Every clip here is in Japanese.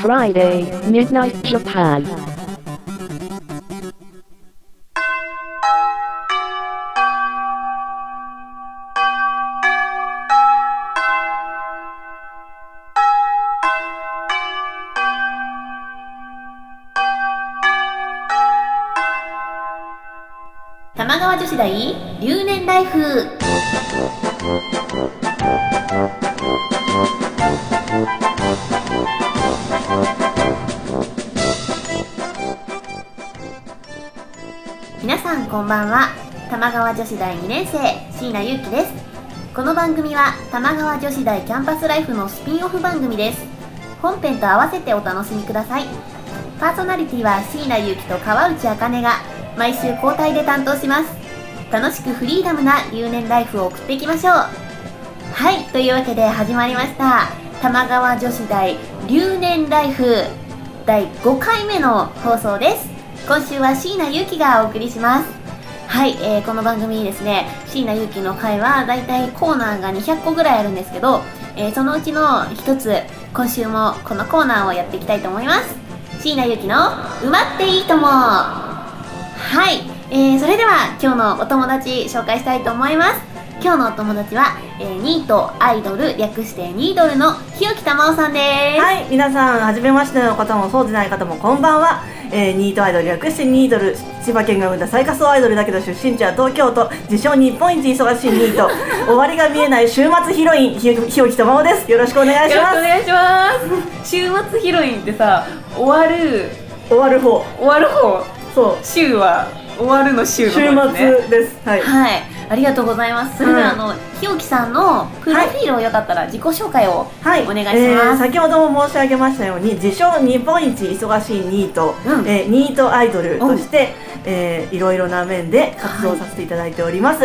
Friday, Midnight Japan. 玉川女子大留年ライフ皆さんこんばんは玉川女子大2年生椎名ゆうきですこの番組は玉川女子大キャンパスライフのスピンオフ番組です本編と合わせてお楽しみくださいパーソナリティは椎名ゆうきと川内茜が毎週交代で担当します楽しくフリーダムな留年ライフを送っていきましょうはいというわけで始まりました玉川女子大留年ライフ第5回目の放送です今週は椎名ゆうきがお送りしますはい、えーこの番組ですね椎名ゆうきの回はだいたいコーナーが200個ぐらいあるんですけど、えーそのうちの一つ今週もこのコーナーをやっていきたいと思います椎名ゆうきの「埋まっていいとも」はい、えー、それでは今日のお友達紹介したいと思います今日のお友達は、えー、ニートアイドル略してニードルの日置珠緒さんです、はい、皆さん、はじめましての方もそうでない方もこんばんは。えーニートアイドル略してニードル千葉県が生んだ最下層アイドルだけど出身地は東京都自称日本一忙しいニー ト終わりが見えない週末ヒロインひひよきとまおですよろしくお願いしよろしくおま願いします。週末ヒロインってさ、終わる、す終わる方終わる方、そう週は終わるの週週の方ですね。末ですはいはい、ありがとうございます。それでは、うんあの、ひよきさんのプロフィールをよかったら自己紹介を。はい、お願いしますー先ほども申し上げましたように自称日本一忙しいニート、うんえーニートアイドルとして、えーいろいろな面で活動させていただいております、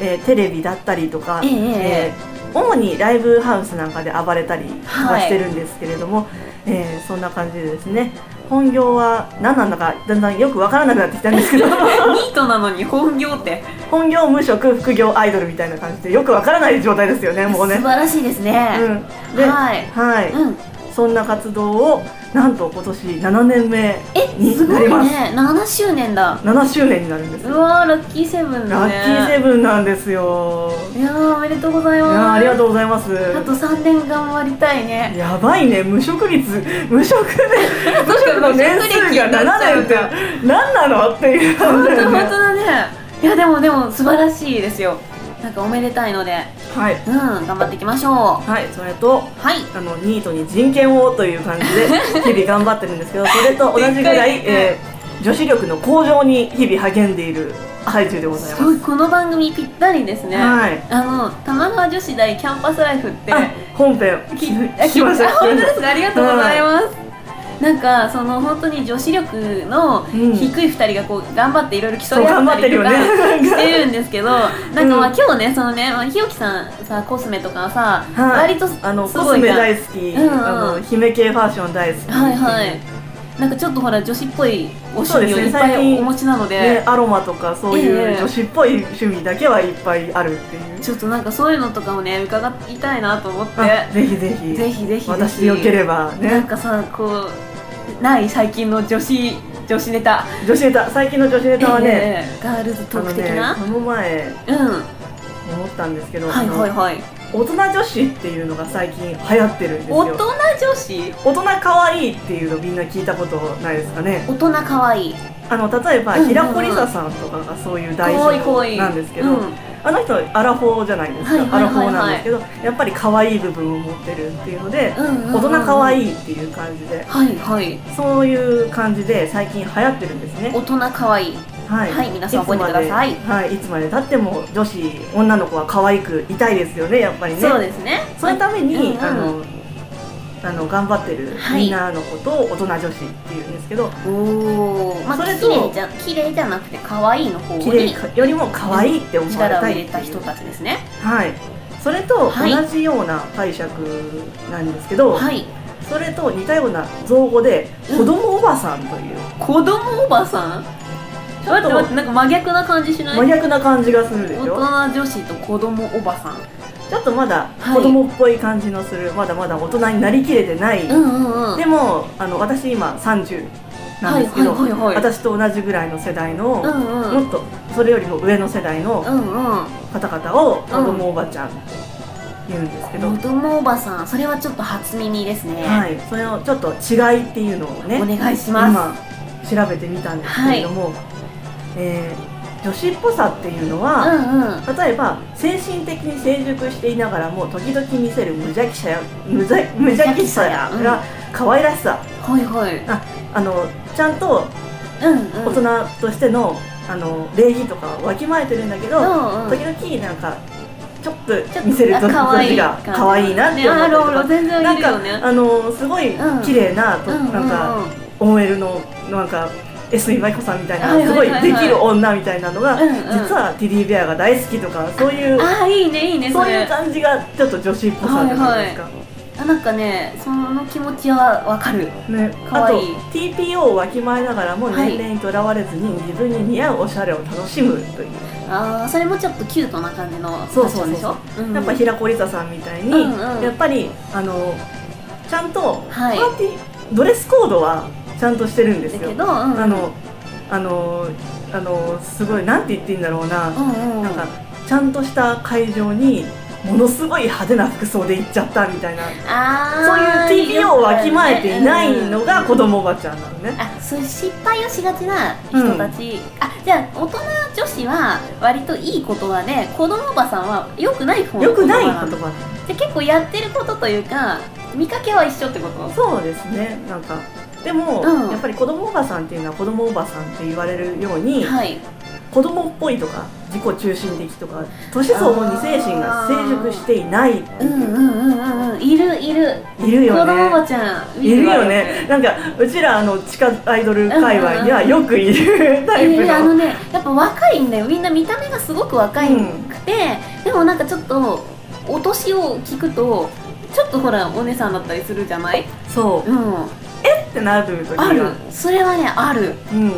えーテレビだったりとか、ええー主にライブハウスなんかで暴れたりははいしてるんですけれども、えーそんな感じでですね本業は何なんだかだんだんよくわからなくなってきたんです けどニートなのに本業って。本業無職副業アイドルみたいな感じでよくわからない状態ですよねもうね素晴らしいですね。うん、ではいはいうん、そんな活動をなんと今年7年目え、にすごなりいますね、7周年だ。 7周年になるんですうわー、ラッキーセブンだラね。ッキーセブンなんですよいやー、おめでとうございいます。やーありがとうございますあと3年頑張りたいね。やばいね無職率無職で無職の年数が7年って何なのっていう感本じ当だよ本当ねだね。いや、でも、でも、素晴らしいですよ。なんか、おめでたいので、はいうん、頑張っていきましょはいそれとう。はい。あのニートに人権をという感じ で日々頑張ってるんですけどそれと同じぐらい、でっかいえー女子力の向上に日々励んでいる最中でございますすごい、この番組ぴったりですね。はいあの、玉川女子大キャンパスライフって、あ本編き聞きましたあ本当ですかありがとうございますなんかその本当に女子力のうん低い2人がこう頑張っていろいろ競そうい合頑った張ってりるとよかねしてるんですけどなんかまあうん今日ねそのねまあひよきさんさコスメとかさはい割とあのすコごスいメじゃんは大い好き、うんうんあの姫系ファッション大好きはいなんかちょっとほら女子っぽいお趣そうで味すをねいっぱ最い近お持ちなのねで、アロマとかそうえいえう女子っぽい趣味だけはいっぱいあるっていう、ちょっとなんかそういうのとかもね伺いたいなと思ってあぜひぜひぜひぜひ私でよければなんねかさこうない最近の女子女子ネタ女子ネタ最近の女子ネタはね、ええガールズトーク的あな、のねこの前うん思ったんですけど、はいあのはいはい大人女子っていうのが最近流行ってるんですよ大人女子大人可愛いっていうのみんな聞いたことないですかね大人可愛いあの例えばうんうんうん平子梨沙さんとかがそういう代可愛い可表愛いなんですけど、うんあの人アラフォーじゃないですか、はいはいはいはいアラフォーなんですけどやっぱり可愛い部分を持ってるっていうので、うんうんうん大人可愛いっていう感じではいはいそういう感じで最近流行ってるんですね大人可愛いははい皆さん覚えてくださいいつまではい、いつまでたっても女子女の子は可愛くいたいですよねやっぱりねそうですねそのために、うんうんあのあの頑張ってるはいみんなのことを大人女子っていうんですけど、おおまあそれ綺と麗じゃ綺麗じゃなくて可愛いの方綺麗にかよりも可愛いって思われ力をたい入っていれうた人たちですねはいそれとはい同じような解釈なんですけど、はいそれと似たような造語でうん子供おばさんという子供おばさんちょっ待って待っとてなんか真逆な感じしない真逆な感じがするでしょ大人女子と子供おばさんちょっとまだはい子供っぽい感じのする、まだまだ大人になりきれてない、うんうんうんでもあの私今30なんですけど、はいはいはいはい私と同じぐらいの世代の、うんうんもっとそれよりも上の世代のうんうん方々を子うん供おばちゃんって言うんですけど、子供おばさんそれはちょっと初耳ですね、はい、それのちょっと違いっていうのをねお願いしま今調べてみたんですけれども、えー女子っぽさっていうのすうは、んうん例えば精神的に成熟していながらも時々見せる無邪気さや無邪無邪気さや無邪気さやうんが可愛らしさ、ほいほいあのちゃんとうんうん大人としての,、あの礼儀とかはわきまえてるんだけど、うんうん時々なんかちょっちょっとと見せると可愛いが可愛いなってね思ったありとロロか。全然ないんるよねかあのすごいうん綺麗なと、うんうんなんか OL のなんか S 井真紀子さんみたいな、はいはいはいはすごいいできる女みたいなのが、うんうん実はテディベアが大好きとかそういうああいいねいいねそそうれいう感じがちょっと女子っぽさじゃないですか、あなんかねその気持ちはわかるね、かわいいあと TPO をわきまえながらもはい年齢にとらわれずに自分に似合うおしゃれを楽しむという、あーそれもちょっとキュートな感じのそうファッシそうそうョンでしょ、うんやっぱ平子リサさんみたいに、うんうんやっぱりあのちゃんとパはいーティー、ドレスコードはちゃんとしてるんですだよけど、うん、あのあのあのすごいなんて言っていいんだろうな、うんうんなんかちゃんとした会場にものすごい派手な服装で行っちゃったみたいなあーそういう TPO をわきまえていないのが子うん供おばちゃんなのね、あそういう失敗をしがちな人たち、あじゃあ大人女子は割といい言葉で子供おばさんは良くない方のよくない言言葉なの葉じゃあ結構やってることというか見かけは一緒ってことそうですねなんかでも、うんやっぱり子供おばさんっていうのは子供おばさんって言われるように、はい子供っぽいとか自己中心的とか年相応に精神が成熟していないうんうんうんうんうんいるいるいる子よ供おばねちゃんいるよねなんかうちらあの地下アイドル界隈にはよくいるタえイプー、あののねやっぱ若いんだよみんな見た目がすごく若いくて、でもなんかちょっとお年を聞くとちょっとほらお姉さんだったりするじゃないそううんってなる時あるがそれはねあるうんうん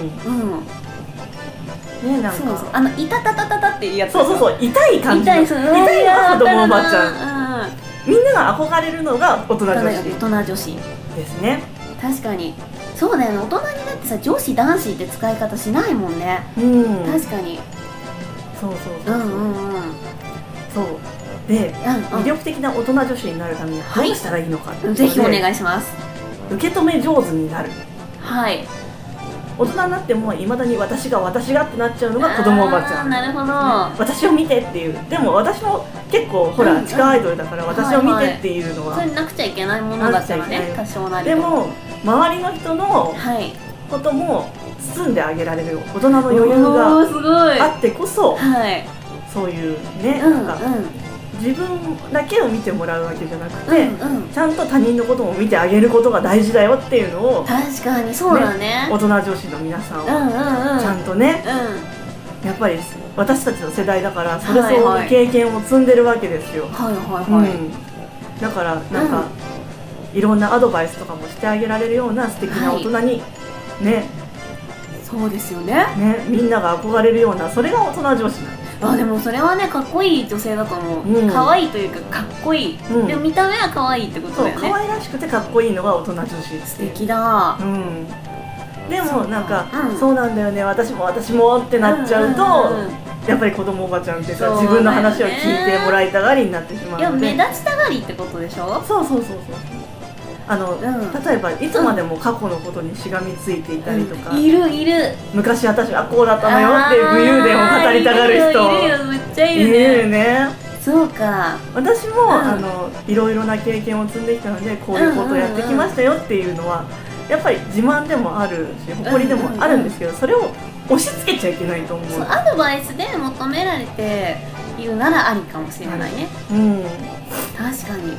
ねなんそうそうかあのいたたたたたっていうやつそうそうそう痛い感じ痛いそううん痛いな子供おばちゃんんみんなが憧れるのが大人大女人子女子ですね確かにそうだよね大人になってさ女子男子って使い方しないもんね、うん確かにそうそううそんううんうんうんうんそうで魅力的な大人女子になるためにははいどうしたらいいのかってことぜでひお願いします受け止め上手になるはい大人になってもいまだに私が私がってなっちゃうのが子供おばちゃあーんなるほ私を見てっていうでも私も結構ほうんらうん地下アイドルだから私を見てっていうのどは、それなくちゃいけないものだからねな多少なりとでも周りの人のはいことも包んであげられる大人の余裕おがーすごいあってこそはいそういうね、うんうんなんか自分だけを見てもらうわけじゃなくて、うんうんちゃんと他人のことも見てあげることが大事だよっていうのを確かにそうだね大人女子の皆さんうんうはんうんちゃんとねうやっぱり私たちの世代だからそれはい相応はいに経験を積んでるわけですよ、んはいはいはい、うん、だからなんか、いろんなアドバイスとかもしてあげられるような素敵な大人に、ねそうですよねねみんなが憧れるようなそれが大人女子あでもそれはねかっこいい女性だと思う、うん可愛いというかかっこいい、うんでも見た目は可愛いってことそうだよ可ね愛らしくてかっこいいのが大人女子素敵だうんでもなんかそうかうんそうなんだよね私も私もってなっちゃうと、んんんやっぱり子供おばちゃんってさ、そう自分の話を聞いてもらいたがりになってしまいやうので目立ちたがりってことでしょそうそうそうそうあの、ん例えばいつまでも過去のことにしがみついていたりとか、いるいる昔私はこうだったのよっていう武勇伝を語りたがるあーいる人よめっちゃいいるるねよねそうか私も、んあのいろいろな経験を積んできたのでこういうことをやってきましたよっていうのは、やっぱり自慢でもあるし誇りでもあるんですけど、それを押し付けちゃいけないと思うそうアドバイスで求められているならありかもしれないね、うんね確かに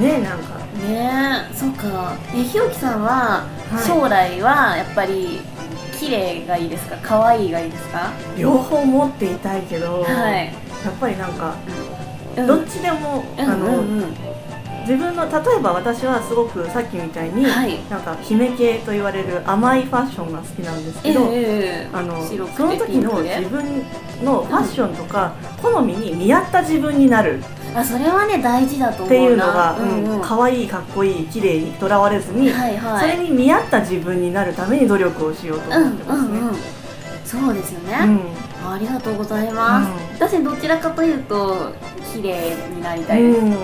なんかねえそうかえひよきさんは、はい将来はやっぱり綺麗がいいですか可愛いがいいですか両方持っていたいけど、はい、やっぱりなんかうんどっちでも、うんあの、うんうん自分の例えば私はすごくさっきみたいに、はいなんか姫系と言われる甘いファッションが好きなんですえけど、えあのそ白くての時ピンのク自で分のファッションとか好みに見合った自分になるあそれはね大事だと思うなっていうのが、うううんん、可愛いかっこいい綺麗にとらわれずに、はいはいそれに見合った自分になるために努力をしようとうん思ってますね。うんうんそうですよね、うんありがとうございます、うん私どちらかというと綺麗になりたいです、うん、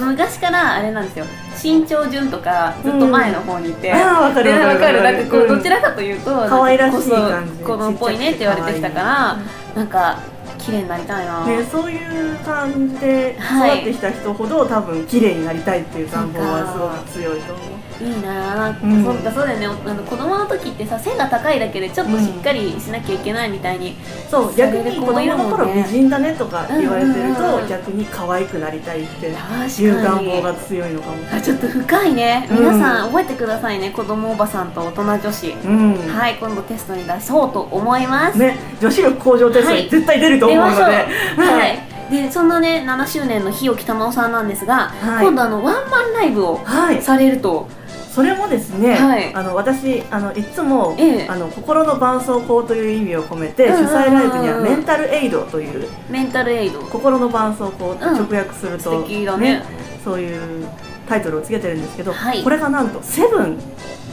昔からあれなんですよ身長順とかずっと前の方にいて、ああわかるでわかわるかるなんかこうどちららかというと可愛らしい感じなんかこそ子供っぽいねって言われてきたからなんか綺麗になりたいな、ね、そういう感じではい育ってきた人ほど、多分綺麗になりたいっていう願望はすごく強いと思ういいななんか、うんそうかそうだよねおあの子供の時ってさ背が高いだけでちょっとしっかりしなきゃいけないみたいに、そう逆に子供の頃美人だねとか言われてうるんうんうとん逆に可愛くなりたいって確かにいう願望が強いのかもあちょっと深いねうん皆さん覚えてくださいね、子供おばさんと大人女子、うん、はい今度テストに出そうと思います、ね、女子力向上テストに絶対出ると思うので、はいははいいでそんなね7周年の日置珠緒さんなんですが、はい今度あのワンマンライブをはいされるとそれもですね、はいあの私あのいつも、ええあの心の絆創膏という意味を込めて、うんうんうんうん主催ライブにはメンタルエイドというメンタルエイド心の絆創膏を直訳すると、素敵だねそういうタイトルをつけてるんですけど、はいこれがなんとセブン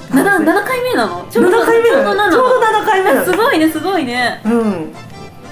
7, 7回目なのちょうど7回目ちょうど7なのちょうど7回目なすのごいねすごいねうん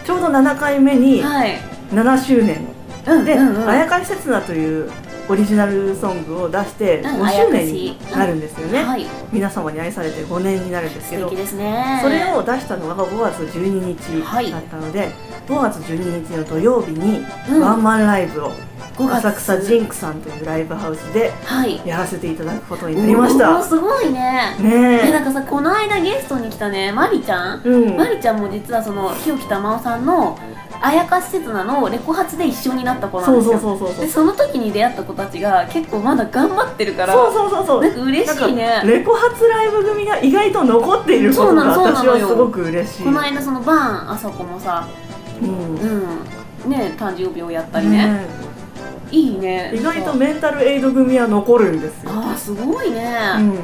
ちょうど7回目にはい7周年、うんで、うんうん、綾香せつなというオリジナルソングを出してうん5周年になるんですよね、はい皆様に愛されて5年になるんですけ素ど敵ですねそれを出したのが5月12日だったので、5月12日の土曜日にうんワンマンライブを5月浅草ジンクさんというライブハウスではいやらせていただくことになりましたおーすごいねえなねえんかさこの間ゲストに来たねマリちゃん、うんマリちゃんも実はその日置珠緒さんの綾香施設なのレコ発で一緒になった子なんそでうすよそうそうそうそうでその時に出会った子たちが結構まだ頑張ってるからそうそうそうそうなんか嬉しいねなんかレコ発ライブ組が意外と残っていることがそうなのそうな私のはよすごく嬉しいこの間そのバーンあさこもさうんうんね誕生日をやったりね、いいね意外とメンタルエイド組は残るんですよ、ああすごいね、うん、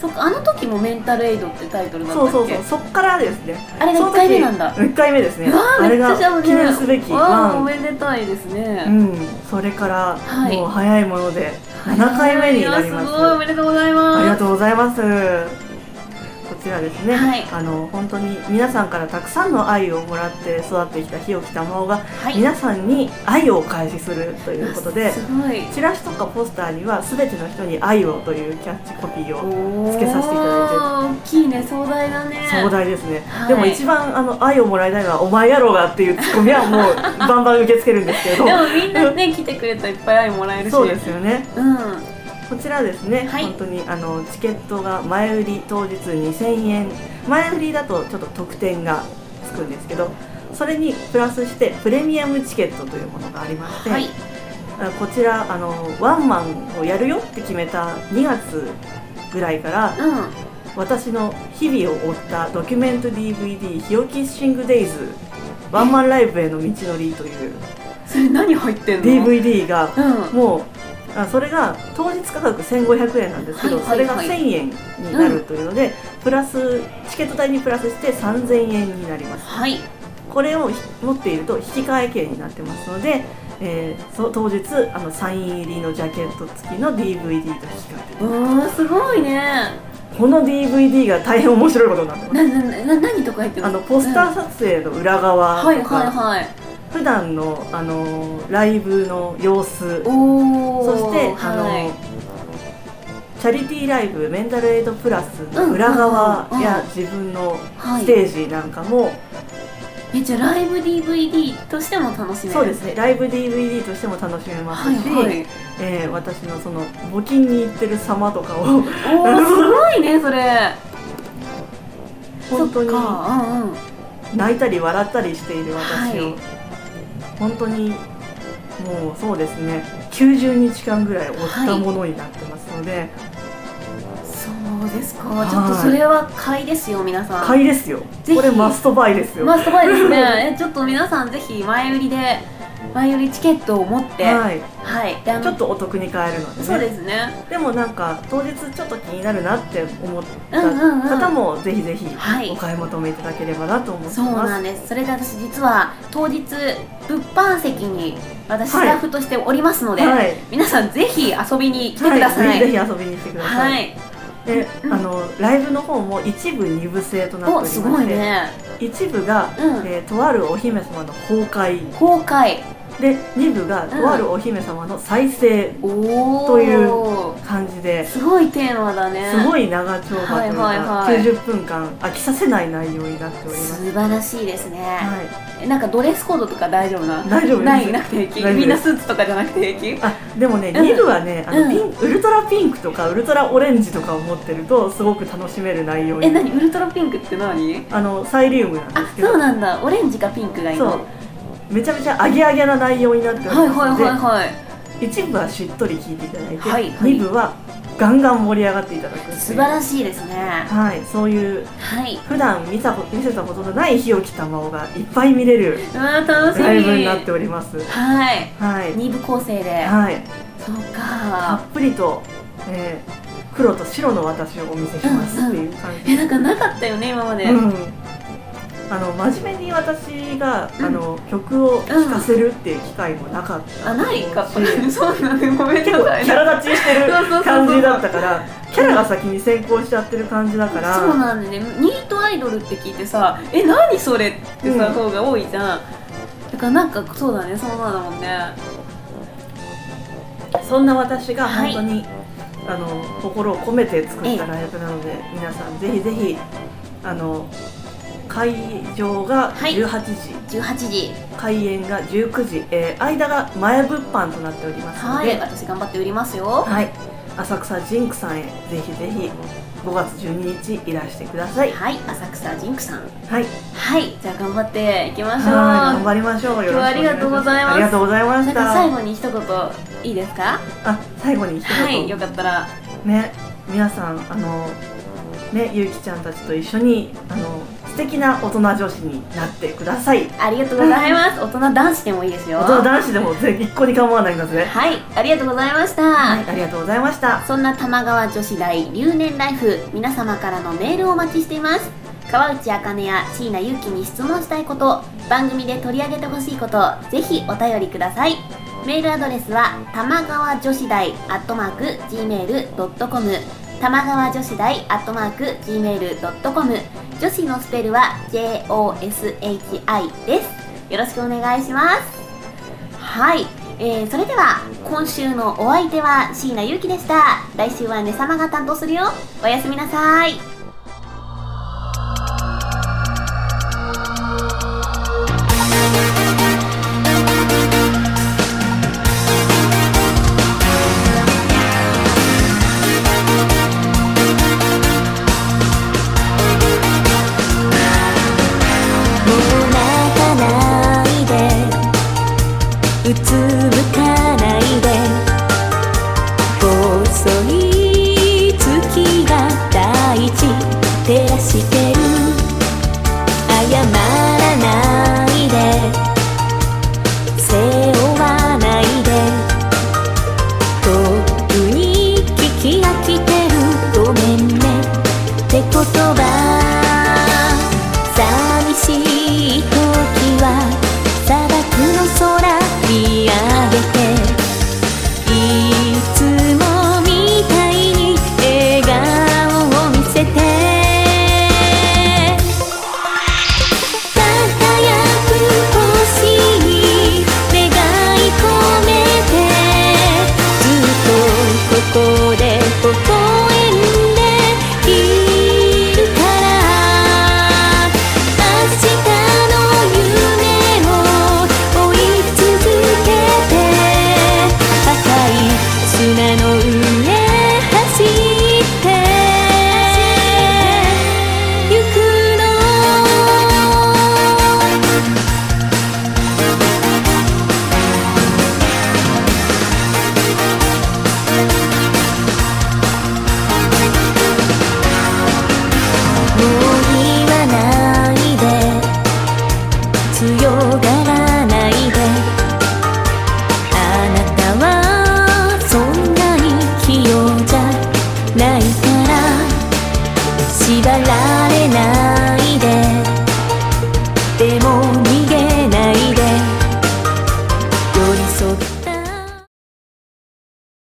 そっかあの時も「メンタルエイド」ってタイトルなんだっそうけそうそうそっからですねあれが1回目なんだ1回目ですねうわーあめれっがちゃ記念すべきわあうおんめでたいですね、うん、それから、はいもう早いもので7回目になりまいやすすごいおめでとうございますありがとうございますこちらですね、はいあの本当に皆さんからたくさんの愛をもらって育ってきた日置珠緒が、はい皆さんに愛をお返しするということで、すごいチラシとかポスターには「全ての人に愛を」というキャッチコピーをつつけさせていただいて大きいね壮大だね壮大ですね、はいでも一番あの愛をもらいたいのは「お前やろうが」っていうツッコミはもうバンバン受け付けるんですけどでもみんなね来てくれたらいっぱい愛もらえるし そうですよねうんこちらですね、はい本当にあのチケットが前売り当日2000円前売りだとちょっと特典がつくんですけどそれにプラスしてプレミアムチケットというものがありまして、はいあこちらあのワンマンをやるよって決めた2月ぐらいからうん私の日々を追ったドキュメント DVD「日置キッシング・デイズ」ワンマンライブへの道のりというそれ何入ってんの DVD がうんもうあそれが当日価格1500円なんですけど、はいはいはいそれが1000円になるというので、プラスチケット代にプラスして3000円になりますはいこれをひ持っていると引き換え券になってますので、えーそ当日あのサイン入りのジャケット付きの DVD と引き換えてうーんすごいねこの DVD が大変面白いことになってますななな何とか言ってるあのポスター撮影の裏側はいとはいかはい普段のあのライブの様子おおそして、あのはい、チャリティーライブメンタルエイドプラスの裏うん側うんうんうんや自分のはいステージなんかも、えじゃあライブ DVD としても楽しめるそうですねライブ DVD としても楽しめますはいし、はいえー私のその募金に行ってる様とかをおーすごいねそれ 本当にそっかうんうん泣いたり笑ったりしている私を、はい本当にもうそうですね90日間ぐらい追ったものになってますので、そうですか、いちょっとそれは買いですよ皆さん買いですよぜひこれマストバイですよマストバイですねえちょっと皆さんぜひ前売りで前よりチケットを持って、はい、はい、であのちょっとお得に買えるのでねそうですね。でもなんか当日ちょっと気になるなって思っうんうんうんた方もぜひぜひはいお買い求めいただければなと思ってそうまなす。んです。それで私実は当日物販席に私スはいタッフとしておりますので、はい皆さんぜひ遊びに来てください。はい、ぜひぜひ遊びに来てください。はい。で、うんあのライブの方も一部二部制となっておりおまして、すごいね。一部が、うんえーとあるお姫様の崩壊公開。で二部がとあるお姫様の再生おお。という感じで。すごいテーマだね。すごい長丁場というはいはいかはい90分間飽きさせない内容になっております。素晴らしいですね、は、えなんかドレスコードとか大丈夫ない大丈夫です。ないなくて平大丈夫気ですみんなスーツとかじゃなくて平気あでもね、うん2部はねあうんのピン、ウルトラピンクとかウルトラオレンジとかを持ってるとすごく楽しめる内容にえ何ウルトラピンクって何あのサイリウムなんであすけどそうなんだオレンジかピンクがいいのそうめちゃめちゃアゲアゲな内容になっておりはいはいますので、はいはい一部はしっとり聞いていただいて、はいはい2部はガンガン盛り上がっていただく素晴らししいですねはい、そういうはい普段見たこ見せたことのない日置玉緒がいっぱい見れるうわー楽しみライブになっておりますはいはい、二部構成で、はい、そうたかっぷりと、えー黒と白の私をお見せしますっていう感じえなんかなかったよね今まで、うん、あの真面目に私が、あの曲を聴かせるっていう機会もなかったあない かしこれ そうなのごめん結な構さいキャラ立ちしてるそうそうそうそう感じだったからキャラが先に先行しちゃってる感じだからそうなんだねニートアイドルって聞いてさ「え何それ?」ってさ、うん方が多いじゃんだからなんかそうだねそうなんだもんねそんな私がはい本当に、あの心を込めて作ったライブなので皆さんぜひぜひあの会場がはい18時、 18時開演が19時、えー間が前物販となっておりますのはで、い私頑張って売りますよはい、浅草ジンクさんへぜひぜひ5月12日いらしてください。はい浅草ジンクさんはい、はいじゃあ頑張っていきましはょうい頑張りましょう。よろしくお願いし今日はありがとうございますありがとうございまなしんか最た。後に一言いいですかあ、最後に一言、はいよかったらね、皆さんあのね、ゆうきちゃんたちと一緒にあの素敵な大人女子になってください。ありがとうござ います大人男子でもいいですよ大人男子でも全一個に構わないんだぜ。はいありがとうございました、はい、ありがとうございました。そんな玉川女子大留年ライフ皆様からのメールをお待ちしています川内茜や椎名結城に質問したいこと番組で取り上げてほしいことぜひお便りくださいメールアドレスは玉川女子大アットマーク Gmail.com 玉川女子大アットマーク Gmail.com 女子のスペルは JOSHI ですよろしくお願いしますはいえー、それでは今週のお相手は椎名ゆうきでした来週はねさまが担当するよおやすみなさいうつむかないで細い月が大地照らしてる謝らないで背負わないで遠くに聞き飽きてるごめんねって言葉